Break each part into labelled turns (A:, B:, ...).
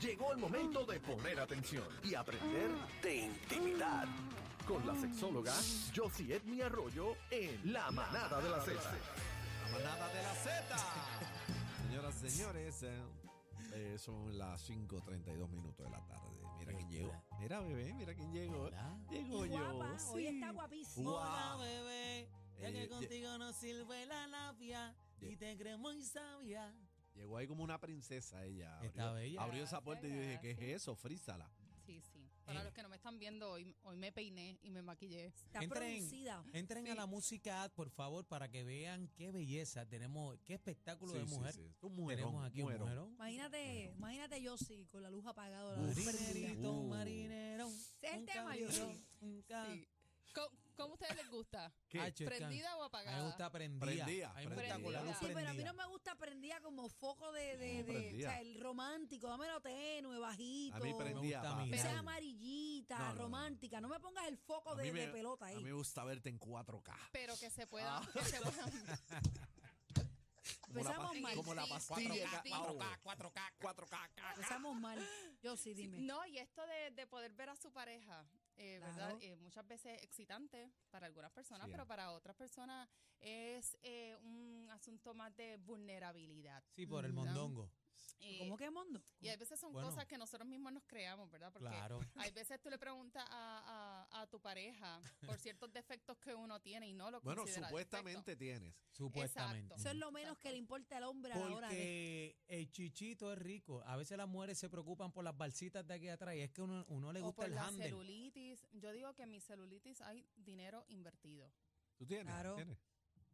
A: Llegó el momento de poner atención y aprender de intimidad. Con la sexóloga Josie Edmi Arroyo en La Manada de la Z.
B: La manada de la Z. Señoras, señores, eh, eh, son las 5.32 minutos de la tarde. Mira quién llegó. Mira, bebé, mira quién llegó. Llegó yo.
C: Guapa, hoy está guapísima.
B: Guau.
D: Hola, bebé, ya
B: Eh,
D: que
B: ye-
D: contigo no sirve la labia
B: Ye-
D: y te crees muy sabia.
B: Llegó ahí como una princesa ella. Abrió,
D: Está bella.
B: abrió esa puerta y yo dije, ¿qué es eso? Frízala.
E: Sí, sí. Para
D: Eh.
E: los que no me están viendo, hoy, hoy me peiné y me maquillé.
C: Está
D: Entren.
C: producida.
D: Entren a la música, por favor, para que vean qué belleza tenemos, qué espectáculo de
B: Sí, sí,
D: mujer.
B: sí. Un mujerón,
D: tenemos aquí
B: mujerón.
D: un mujerón.
C: Imagínate, imagínate yo sí, con la luz apagada. La luz prendida.
D: Marinerito,
B: Uh.
D: marinerón.
C: Este es el
D: un
C: tema, yo
D: cabrón,
C: sí.
D: un ca-
E: Sí. ¿Cómo, cómo a ustedes les gusta?
B: ¿Qué?
D: Ah, chica,
E: ¿Prendida
D: A
E: o
D: mí me
E: apagada?
D: gusta prendida.
B: Prendida,
D: A mí me gusta con la luz
E: prendida.
C: Sí, pero a mí
D: prendida.
C: no me gusta prendida como foco de,
B: No,
C: de, de- o
B: prendida.
C: sea, el romántico, dámelo tenue, bajito.
B: A mí prendía.
D: gusta
B: pa.
D: mirar.
C: Que sea
D: Dale.
C: amarillita,
B: No, no, no.
C: romántica. No me pongas el foco
B: A mí
C: de, de
B: me-
C: pelota
B: A
C: ahí.
B: mí me gusta verte en 4K.
E: Pero que se pueda.
D: Ah.
E: que se pueda-
B: Como la,
C: Empezamos
B: pas-
C: mal.
B: como la
E: Sí,
B: pastilla.
E: 4K,
B: 4K, 4K, 4K.
C: Empezamos mal. Yo sí, dime.
E: no, y esto de, de poder ver a su pareja, eh, ¿verdad?
C: Claro.
E: Eh, muchas veces excitante para algunas personas,
B: Sí.
E: pero para otras personas es eh, un asunto más de vulnerabilidad.
D: Sí, por el
C: Mm.
D: mondongo.
E: Eh,
C: ¿Cómo que mondo?
E: Y a veces son
D: Bueno.
E: cosas que nosotros mismos nos creamos, ¿verdad? Porque
D: Claro.
E: Hay veces tú le preguntas a, a- a tu pareja por ciertos defectos que uno tiene y no lo
B: Bueno,
E: considera
B: supuestamente tienes.
D: Supuestamente.
E: Exacto.
C: Eso es lo menos que le importa al hombre a la hora
D: Porque
C: de...
D: el chichito es rico. A veces las mujeres se preocupan por las balsitas de aquí atrás y es que uno, uno le
E: defecto.
D: gusta
E: O por
D: el
E: la
D: handle.
E: celulitis. Yo digo que en mi celulitis hay dinero invertido.
B: ¿Tú tienes?
C: Claro.
B: ¿Tienes?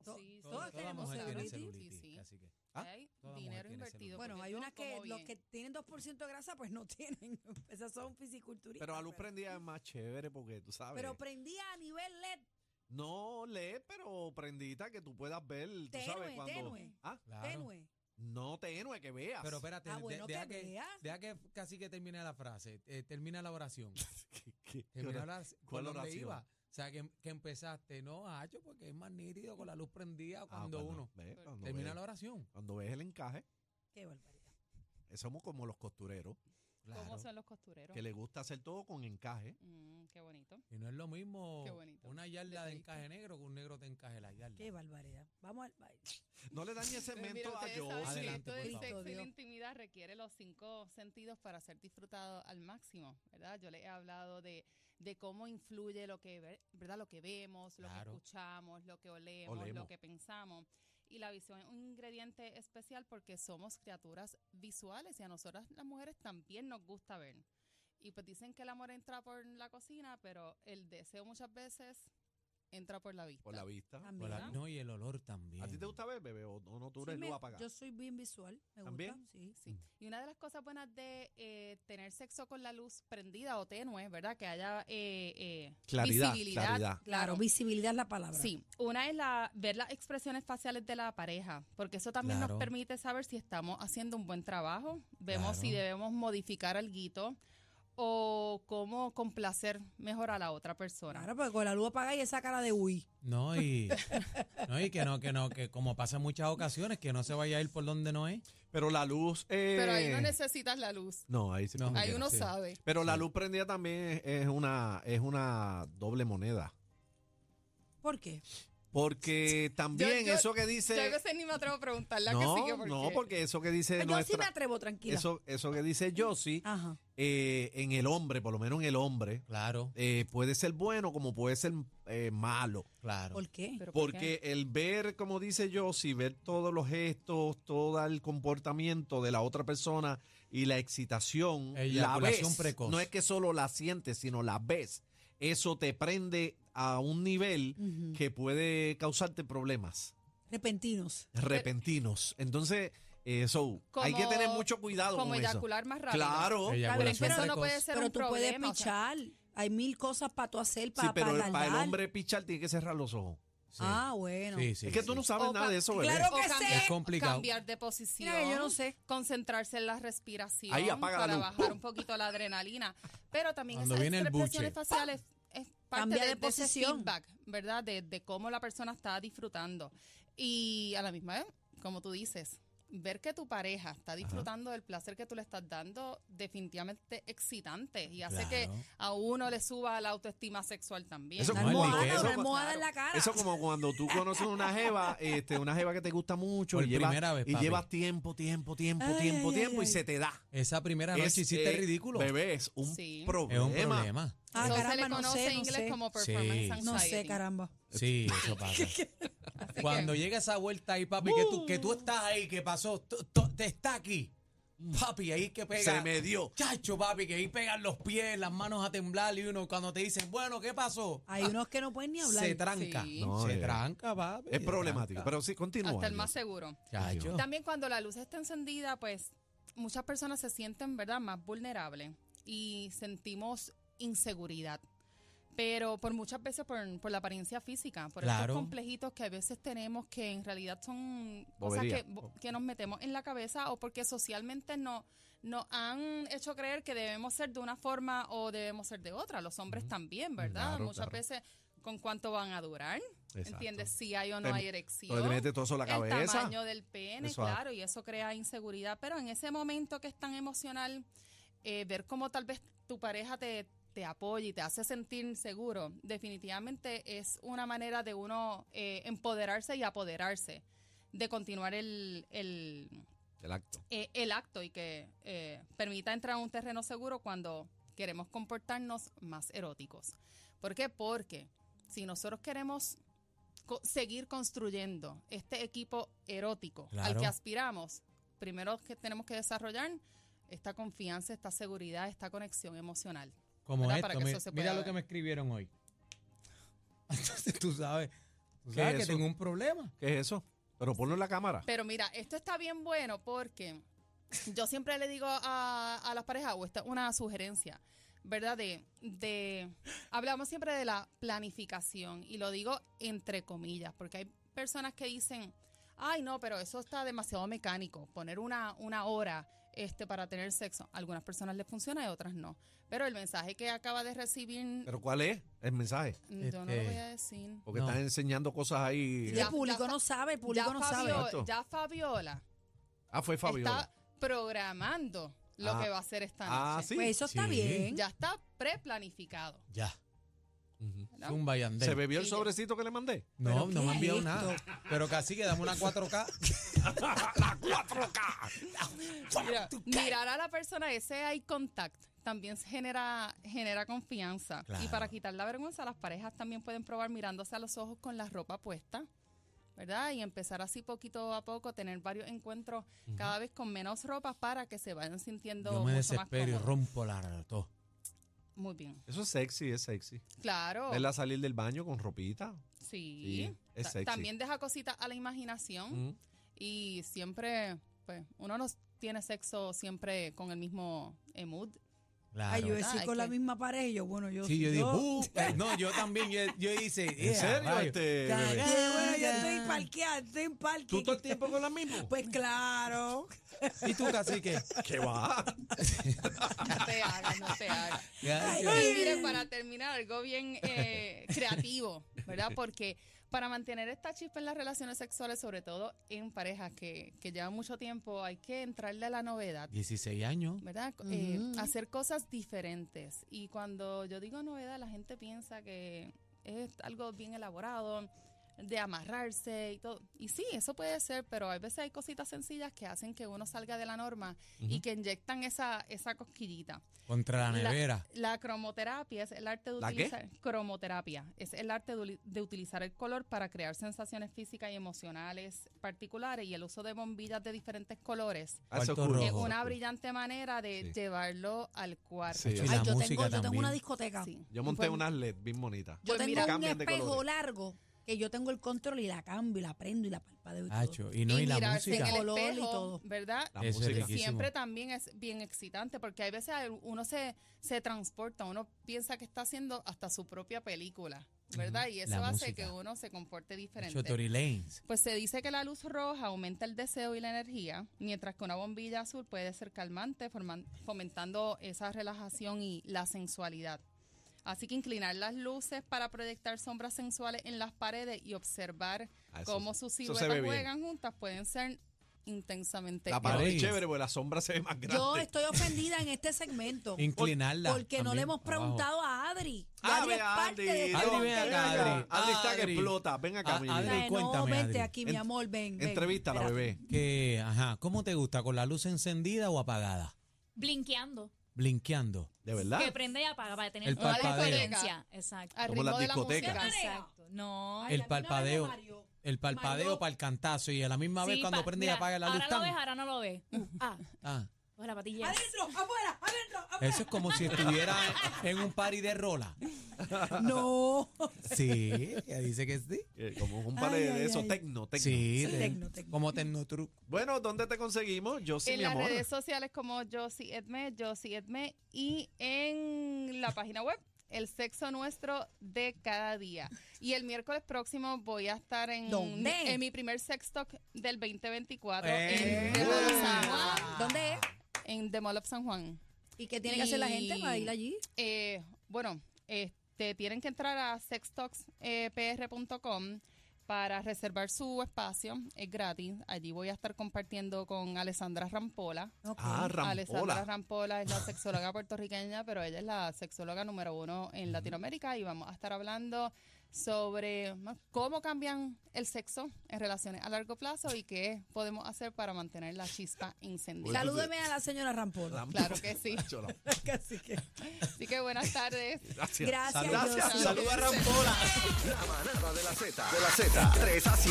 C: To-
E: Sí, sí,
C: todas
E: yo
D: toda
C: tenemos
D: mujer tiene
C: celulitis.
D: celulitis,
E: Sí, sí.
D: así que
B: ¿Ah?
E: Hay
D: Toda mujer
E: dinero
D: tiene celulitis.
E: invertido.
C: Bueno,
E: porque
C: hay
E: yo
C: unas que
E: como
C: los
E: bien.
C: que tienen 2% de grasa, pues no tienen. Esas son fisiculturistas.
B: Pero a luz prendida es más chévere porque tú sabes.
C: Pero prendía a nivel LED.
B: no lee, pero prendita que tú puedas ver. Tú
C: Tenue,
B: sabes cuando.
C: tenue.
B: Ah,
D: Claro.
C: Tenue.
B: no tenue, que veas.
D: Pero espérate,
C: Ah,
D: de-
C: bueno,
D: deja,
C: que
D: que,
C: veas.
D: deja que casi que termine la frase, eh, termina la oración.
B: ¿Qué- qué- qué
D: Termina
B: hora-
D: la,
B: cuál
D: por donde
B: oración?
D: iba. O sea, que, que empezaste, no, hacho, porque es más nítido con la luz prendida
B: Ah,
D: cuando
B: pues no,
D: uno.
B: ve, cuando,
D: Termina
B: ves,
D: la oración.
B: cuando ves el encaje,
C: Qué barbaridad.
B: eh, somos como los costureros,
E: ¿Cómo
D: Claro.
E: son los costureros?
B: que le gusta hacer todo con encaje.
E: Mm, qué bonito.
D: Y no es lo mismo
E: Qué bonito.
D: una yarda de
E: Detallito.
D: encaje negro que un negro te encaje la yarda.
C: Qué barbaridad. Vamos al baile.
B: No le dañe
E: Pero Pues mira,
B: cemento a
E: ustedes saben que
B: Josie.
D: Adelante,
E: esto
D: por
E: del
D: favor.
E: sexo y
C: Dios.
E: la intimidad requiere los cinco sentidos para ser disfrutado al máximo, ¿verdad? Yo le he hablado de, de cómo influye lo que, ve- ¿verdad? Lo que vemos, lo
D: Claro.
E: que escuchamos, lo que olemos,
B: Olemos.
E: lo que pensamos. Y la visión es un ingrediente especial porque somos criaturas visuales y a nosotras las mujeres también nos gusta ver. Y pues dicen que el amor entra por la cocina, pero el deseo muchas veces entra por la vista.
B: Por la vista.
C: También.
D: Por la-
E: ¿verdad?
D: no, y el olor también.
B: ¿A ti te gusta ver, bebé? ¿O no, no tú
C: Sí,
B: eres
C: me-
B: luz apagada?
C: Yo soy bien visual. Me
B: ¿También?
C: gusta. Sí.
B: Mm.
E: Sí. Y una de las cosas buenas de eh, tener sexo con la luz prendida o tenue, ¿verdad? Que haya eh, eh,
B: Claridad,
E: visibilidad.
B: claridad.
C: Claro, visibilidad es la palabra.
E: Sí, una es la ver las expresiones faciales de la pareja, porque eso también
D: Claro.
E: nos permite saber si estamos haciendo un buen trabajo, vemos si
D: Claro.
E: debemos modificar algo o cómo complacer mejor a la otra persona.
C: Claro, porque con la luz apagada y esa cara de uy.
D: No, y, no, y que no, que no, que como pasa en muchas ocasiones, que no se vaya a ir por donde no es.
B: Pero la luz. eh,
E: Pero ahí no necesitas la luz,
B: no, ahí sí.
D: No.
B: como
E: ahí
B: quiera.
E: uno
D: sí.
E: sabe.
B: Pero la
D: Sí.
B: luz prendida también es, es una, es una doble moneda.
C: ¿Por qué?
B: Porque también
E: yo-
B: eso que
E: Yo a
B: dice.
E: veces ni me atrevo a preguntarle a que
B: No,
E: sí, que
B: no, porque eso que dice
C: Ah, Yo sí me Ah.
B: nuestra.
C: atrevo, tranquila.
B: Eso, eso que dice Josie,
C: Ajá.
B: eh, en el hombre, por lo menos en el hombre,
D: Claro,
B: eh, puede ser bueno como puede ser eh, malo.
D: claro.
C: ¿Por qué?
E: ¿Pero por qué?
B: Porque el ver, como dice Josie, ver todos los gestos, todo el comportamiento de la otra persona y la excitación, la
D: Eyaculación
B: ves.
D: precoz.
B: No es que solo la sientes, sino la ves. Eso te prende a un nivel
E: Mm.
C: Ujú.
B: que puede causarte problemas
C: Repentinos.
B: repentinos. Entonces, Eh, so, hay que
E: Como-
B: tener mucho cuidado
E: como
B: con eso.
E: eyacular más rápido.
B: Claro.
C: Pero
D: Eyaculación
C: eso
E: Eso no
D: precoz.
E: puede ser
C: Pero
E: un
C: tú puedes
E: problema. o sea,
C: pichar. Hay mil cosas para tú hacer,
B: Sí,
C: para
B: pero el-
C: para
B: para el hombre pichar tiene que cerrar los ojos.
D: Sí.
C: Ah, bueno.
D: Sí, sí,
B: es que tú
D: sí.
B: no sabes
E: O
B: nada
E: pa-
B: de eso, bebé.
C: Claro
E: o
C: que
E: cambiar,
D: Es complicado.
E: cambiar de posición.
C: Mira que yo no sé.
E: Concentrarse en la respiración
B: Ahí, apaga la
E: para
B: luz.
E: bajar un poquito la adrenalina. Pero también
D: Cuando
E: esas
D: viene el
E: expresiones
D: buche.
E: faciales es parte
C: Cambia
E: de,
C: de
E: de ese
C: posición.
E: feedback, ¿verdad? De, de cómo la persona está disfrutando. Y a la misma vez, como tú dices, ver que tu pareja está disfrutando del placer que tú le estás dando, definitivamente excitante. Y hace que
D: Claro.
E: a uno le suba la autoestima sexual también.
B: Eso
D: No,
C: Una
D: como el
C: almohada,
D: Mike, eso-
C: una almohada en la cara.
B: Eso como cuando tú conoces una jeva, este, una jeva que te gusta mucho
D: Por
B: y, llevas,
D: primera vez,
B: y
D: papi.
B: llevas tiempo, tiempo, tiempo,
C: Ay,
B: tiempo,
C: ay,
B: tiempo
C: ay,
B: y
C: ay.
B: se te da.
D: Esa primera
B: Es,
D: noche hiciste
B: eh,
D: ridículo.
B: Bebé, es un
E: Sí.
B: problema.
D: Es un problema.
C: Ah,
E: Eso se
C: caramba,
E: le
C: no
E: conoce
C: sé,
E: en
C: no
E: inglés
C: sé.
E: como
D: Sí.
E: performance anxiety.
C: No sé, caramba.
D: Sí, eso pasa.
E: Así que-
D: Cuando llega esa vuelta ahí, papi, que, tú, que tú estás ahí, que pasó, tú- tú- te está aquí. Papi, ahí que pega.
B: Se me dio.
D: Chacho, papi, que ahí pegan los pies, las manos a temblar y uno cuando te dicen, bueno, ¿qué pasó?
C: Hay unos que no pueden ni hablar.
D: Se tranca.
E: Sí.
B: No,
D: se
B: eh,
D: tranca, papi.
B: Es
D: se
B: problemático.
D: tranca.
B: Pero sí, continúa.
E: hasta el
B: Ariel.
E: más seguro.
D: Chacho.
E: También cuando la luz está encendida, pues muchas personas se sienten, ¿verdad?, más vulnerables y sentimos inseguridad. Pero por muchas veces por, por la apariencia física, por
D: Claro.
E: estos complejitos que a veces tenemos que en realidad son
B: Bobería.
E: cosas que, bo- que nos metemos en la cabeza o porque socialmente no nos han hecho creer que debemos ser de una forma o debemos ser de otra. Los hombres también, ¿verdad?
B: Claro,
E: muchas
B: claro.
E: veces con cuánto van a durar,
B: Exacto.
E: ¿entiendes? Si hay o no
B: Te-
E: hay
B: Entonces
E: erección
B: te metes todo eso en la
E: el
B: cabeza.
E: tamaño del pene,
B: Eso hace.
E: claro, y eso crea inseguridad. Pero en ese momento que es tan emocional, eh, ver cómo tal vez tu pareja te, te apoya y te hace sentir seguro, definitivamente es una manera de uno eh, empoderarse y apoderarse de continuar el, el,
B: El acto.
E: eh, el acto y que eh, permita entrar a un terreno seguro cuando queremos comportarnos más eróticos. ¿Por qué? Porque si nosotros queremos co- seguir construyendo este equipo erótico al
D: Claro.
E: que aspiramos, primero que tenemos que desarrollar esta confianza, esta seguridad, esta conexión emocional.
D: Como
E: ¿verdad?
D: esto,
E: Para que
D: mi-
E: eso se
D: mira
E: pueda
D: lo
E: ver.
D: que me escribieron hoy. Entonces tú sabes, tú sabes
B: es
D: que
B: eso?
D: tengo un problema.
B: ¿Qué es eso? Pero ponlo en la cámara.
E: Pero mira, esto está bien bueno porque yo siempre le digo a, a las parejas, o esta es una sugerencia, ¿verdad? De, de, hablamos siempre de la planificación y lo digo entre comillas, porque hay personas que dicen, ay no, pero eso está demasiado mecánico, poner una, una hora este, para tener sexo. A algunas personas les funciona y otras no. Pero el mensaje que acaba de recibir,
B: ¿Pero cuál es el mensaje?
E: yo no lo
D: Este,
E: voy a decir.
B: Porque
D: No.
B: están enseñando cosas ahí.
C: Y
E: Ya-
C: el público
E: ya-
C: no sabe, el
E: Ya,
C: público no
E: Fabio-
C: sabe.
B: Exacto.
E: ya Fabiola
B: Ah, fue Fabiola.
E: está programando lo
B: Ah.
E: que va a hacer esta
B: Ah,
E: noche.
B: sí.
C: Pues eso está
D: Sí.
C: bien.
E: Ya está preplanificado.
D: Ya.
B: Ujú.
E: ¿no?
D: Zumba y Andel.
B: ¿Se bebió el
E: Y ya-
B: sobrecito que le mandé?
D: No,
C: ¿Pero
D: no
C: qué
D: me han
C: es
D: enviado
C: esto?
D: nada. Pero casi que dame una 4K.
B: ¡La 4K!
E: Mira, mirar a la persona, ese eye contact, también se genera, genera confianza. Y
D: Claro.
E: para quitar la vergüenza, las parejas también pueden probar mirándose a los ojos con la ropa puesta. ¿Verdad? Y empezar así poquito a poco, tener varios encuentros cada vez con menos ropa para que se vayan sintiendo
D: Yo me
E: mucho más
D: desespero y
E: cómodos.
D: rompo la todo.
E: Muy bien.
B: Eso es sexy, es sexy.
E: Claro.
B: Verla salir del baño con ropita.
E: Sí.
B: Sí, es
E: Ta-
B: sexy.
E: También deja cositas a la imaginación.
B: Mm.
E: Y siempre, pues, uno no tiene sexo siempre con el mismo eh, mood.
D: Claro.
C: Ay, yo
E: Ah,
C: decía
E: es
C: con la
E: que-
C: misma pareja y yo, bueno, yo.
D: sí, yo digo, "Uh", eh, no, yo también, yo, yo "Eh, dice,
B: ¿En serio? este, bebé?
C: Yo, bueno, yo estoy parqueada, estoy en parque.
B: ¿Tú todo el tiempo con la misma?
C: Pues claro.
D: ¿Y tú, cacique?
B: ¿Qué va?
E: No te hagas, no te hagas.
D: Ya,
E: Y
D: yo-
E: mire, para terminar, algo bien eh, creativo, ¿verdad? Porque para mantener esta chispa en las relaciones sexuales, sobre todo en parejas que, que llevan mucho tiempo, hay que entrarle a la novedad.
D: 16 años.
E: ¿Verdad? Eh,
C: Ujú.
E: hacer cosas diferentes. Y cuando yo digo novedad, la gente piensa que es algo bien elaborado, de amarrarse y todo. Y sí, eso puede ser, pero a veces hay cositas sencillas que hacen que uno salga de la norma y que inyectan esa, esa cosquillita.
D: Contra la
E: La-
D: nevera.
E: La cromoterapia es el arte de
B: ¿La qué?
E: utilizar cromoterapia es el arte de, uli- de utilizar el color para crear sensaciones físicas y emocionales particulares y el uso de bombillas de diferentes colores
B: Ah, eso
D: Cuarto
B: ocurre.
E: es
D: rojo.
E: una brillante manera de
B: Sí.
E: llevarlo al cuarto.
B: Sí.
D: Y
C: Ay,
D: la
C: yo tengo,
D: música
C: yo tengo
D: también.
C: una discoteca.
E: Sí.
B: Yo monté
E: Pues,
B: unas LED bien bonitas.
C: Yo
E: Pues
C: tengo
E: mira,
C: un
B: cambian de
C: espejo
B: colores.
C: largo que yo tengo el control y la cambio y la prendo y la palpadeo y todo.
D: Hacho, y no, y, la
E: mirarse
D: música.
E: en el
C: Color y
E: espejo,
C: todo.
E: ¿verdad?
B: La
D: Eso es
B: música.
D: riquísimo.
E: Siempre también es bien excitante porque hay veces al- uno se, se transporta, uno piensa que está haciendo hasta su propia película, ¿verdad?
D: Ujú,
E: Y
D: la
E: eso hace
D: música.
E: que uno se comporte
D: Hacho,
E: diferente.
D: Tory Lanez.
E: Pues se dice que la luz roja aumenta el deseo y la energía, mientras que una bombilla azul puede ser calmante, forman- fomentando esa relajación y la sensualidad. Así que inclinar las luces para proyectar sombras sensuales en las paredes y observar
B: Ah, eso
E: cómo
B: sí.
E: sus
B: eso se ve
E: siluetas
B: bien.
E: juegan juntas pueden ser intensamente
B: La pared
D: Gratis.
B: es chévere porque la sombra se ve más grande.
C: Yo estoy ofendida en este segmento
D: Inclinarla.
C: porque no le
D: también
C: hemos
D: para abajo.
C: preguntado a Adri. Y
B: Ah,
C: Adri
B: ve,
C: es parte
B: Adri,
C: de este
D: Adri,
B: no,
D: ven
C: contenido.
D: acá, Adri.
B: Adri está que
D: Adri.
B: explota. Ven acá,
D: A-
B: mi
D: Adri,
B: niña.
C: Ay, no,
D: cuéntame, Adri.
C: vente aquí, mi
B: Ent-
C: amor, ven, ven.
B: Entrevista a la
C: Espérate.
B: bebé.
D: Que, ajá, ¿cómo te gusta? ¿Con la luz encendida o apagada?
F: blinqueando.
D: Blinqueando.
B: De verdad.
F: Que prende y apaga para tener
D: Ah. El
F: toda la
D: parpadeo.
F: diferencia. Exacto.
E: al
B: Como
E: ritmo
B: las
E: de la
B: discotecas.
E: música.
F: Exacto. No.
C: Ay,
D: El
C: a mí una vez me
D: palpadeo.
C: mareó.
D: El
C: Mario.
D: palpadeo para el cantazo y a la misma vez
F: Sí,
D: cuando
F: pa-
D: prende y
F: mira,
D: apaga la luz.
F: Ahora lo
D: tan.
F: ves, ahora no lo ves. Uh, ah,
D: Ah,
F: con la patilla.
C: Adentro, afuera, adentro, afuera.
D: eso es como si estuviera en un party de rola. Eh,
C: No.
D: Sí, ella dice que sí.
B: Eh, Como un par de
C: Ay,
B: de
C: ay,
B: esos
C: ay.
B: tecno, tecno.
D: Sí, de-
C: tecno, tecno.
D: como tecnotru.
B: Bueno, ¿dónde te conseguimos? Yo sí,
E: En
B: mi
E: las
B: amor.
E: redes sociales como Josie Edme, Josie Edme y en la página web El Sexo Nuestro de Cada Día. Y el miércoles próximo voy a estar en,
C: ¿Dónde?
E: en mi primer sex talk del 2024
D: ¡Eh!
E: en, The Mall of San Juan,
C: ¿Dónde es?
E: en The Mall of San Juan.
C: ¿Y qué tiene que hacer la gente para ir allí?
E: Eh, bueno, este, tienen que entrar a sextalkspr.com para reservar su espacio. Es gratis. Allí voy a estar compartiendo con Alessandra Rampola.
C: Ok.
B: Ah,
E: Alessandra
B: Rampola.
E: Rampola es la sexóloga puertorriqueña, pero ella es la sexóloga número uno en Latinoamérica y vamos a estar hablando sobre ¿no? cómo cambian el sexo en relaciones a largo plazo y qué podemos hacer para mantener la chispa encendida.
C: Salúdeme a la señora Rampola.
B: Rampola.
E: Claro que sí.
B: Chola.
C: Así que,
E: Así que buenas tardes.
B: Gracias.
C: gracias.
B: Gracias.
C: Dios.
B: Saluda a Rampola.
A: La manada de la Z. De la Z. 3 a 7.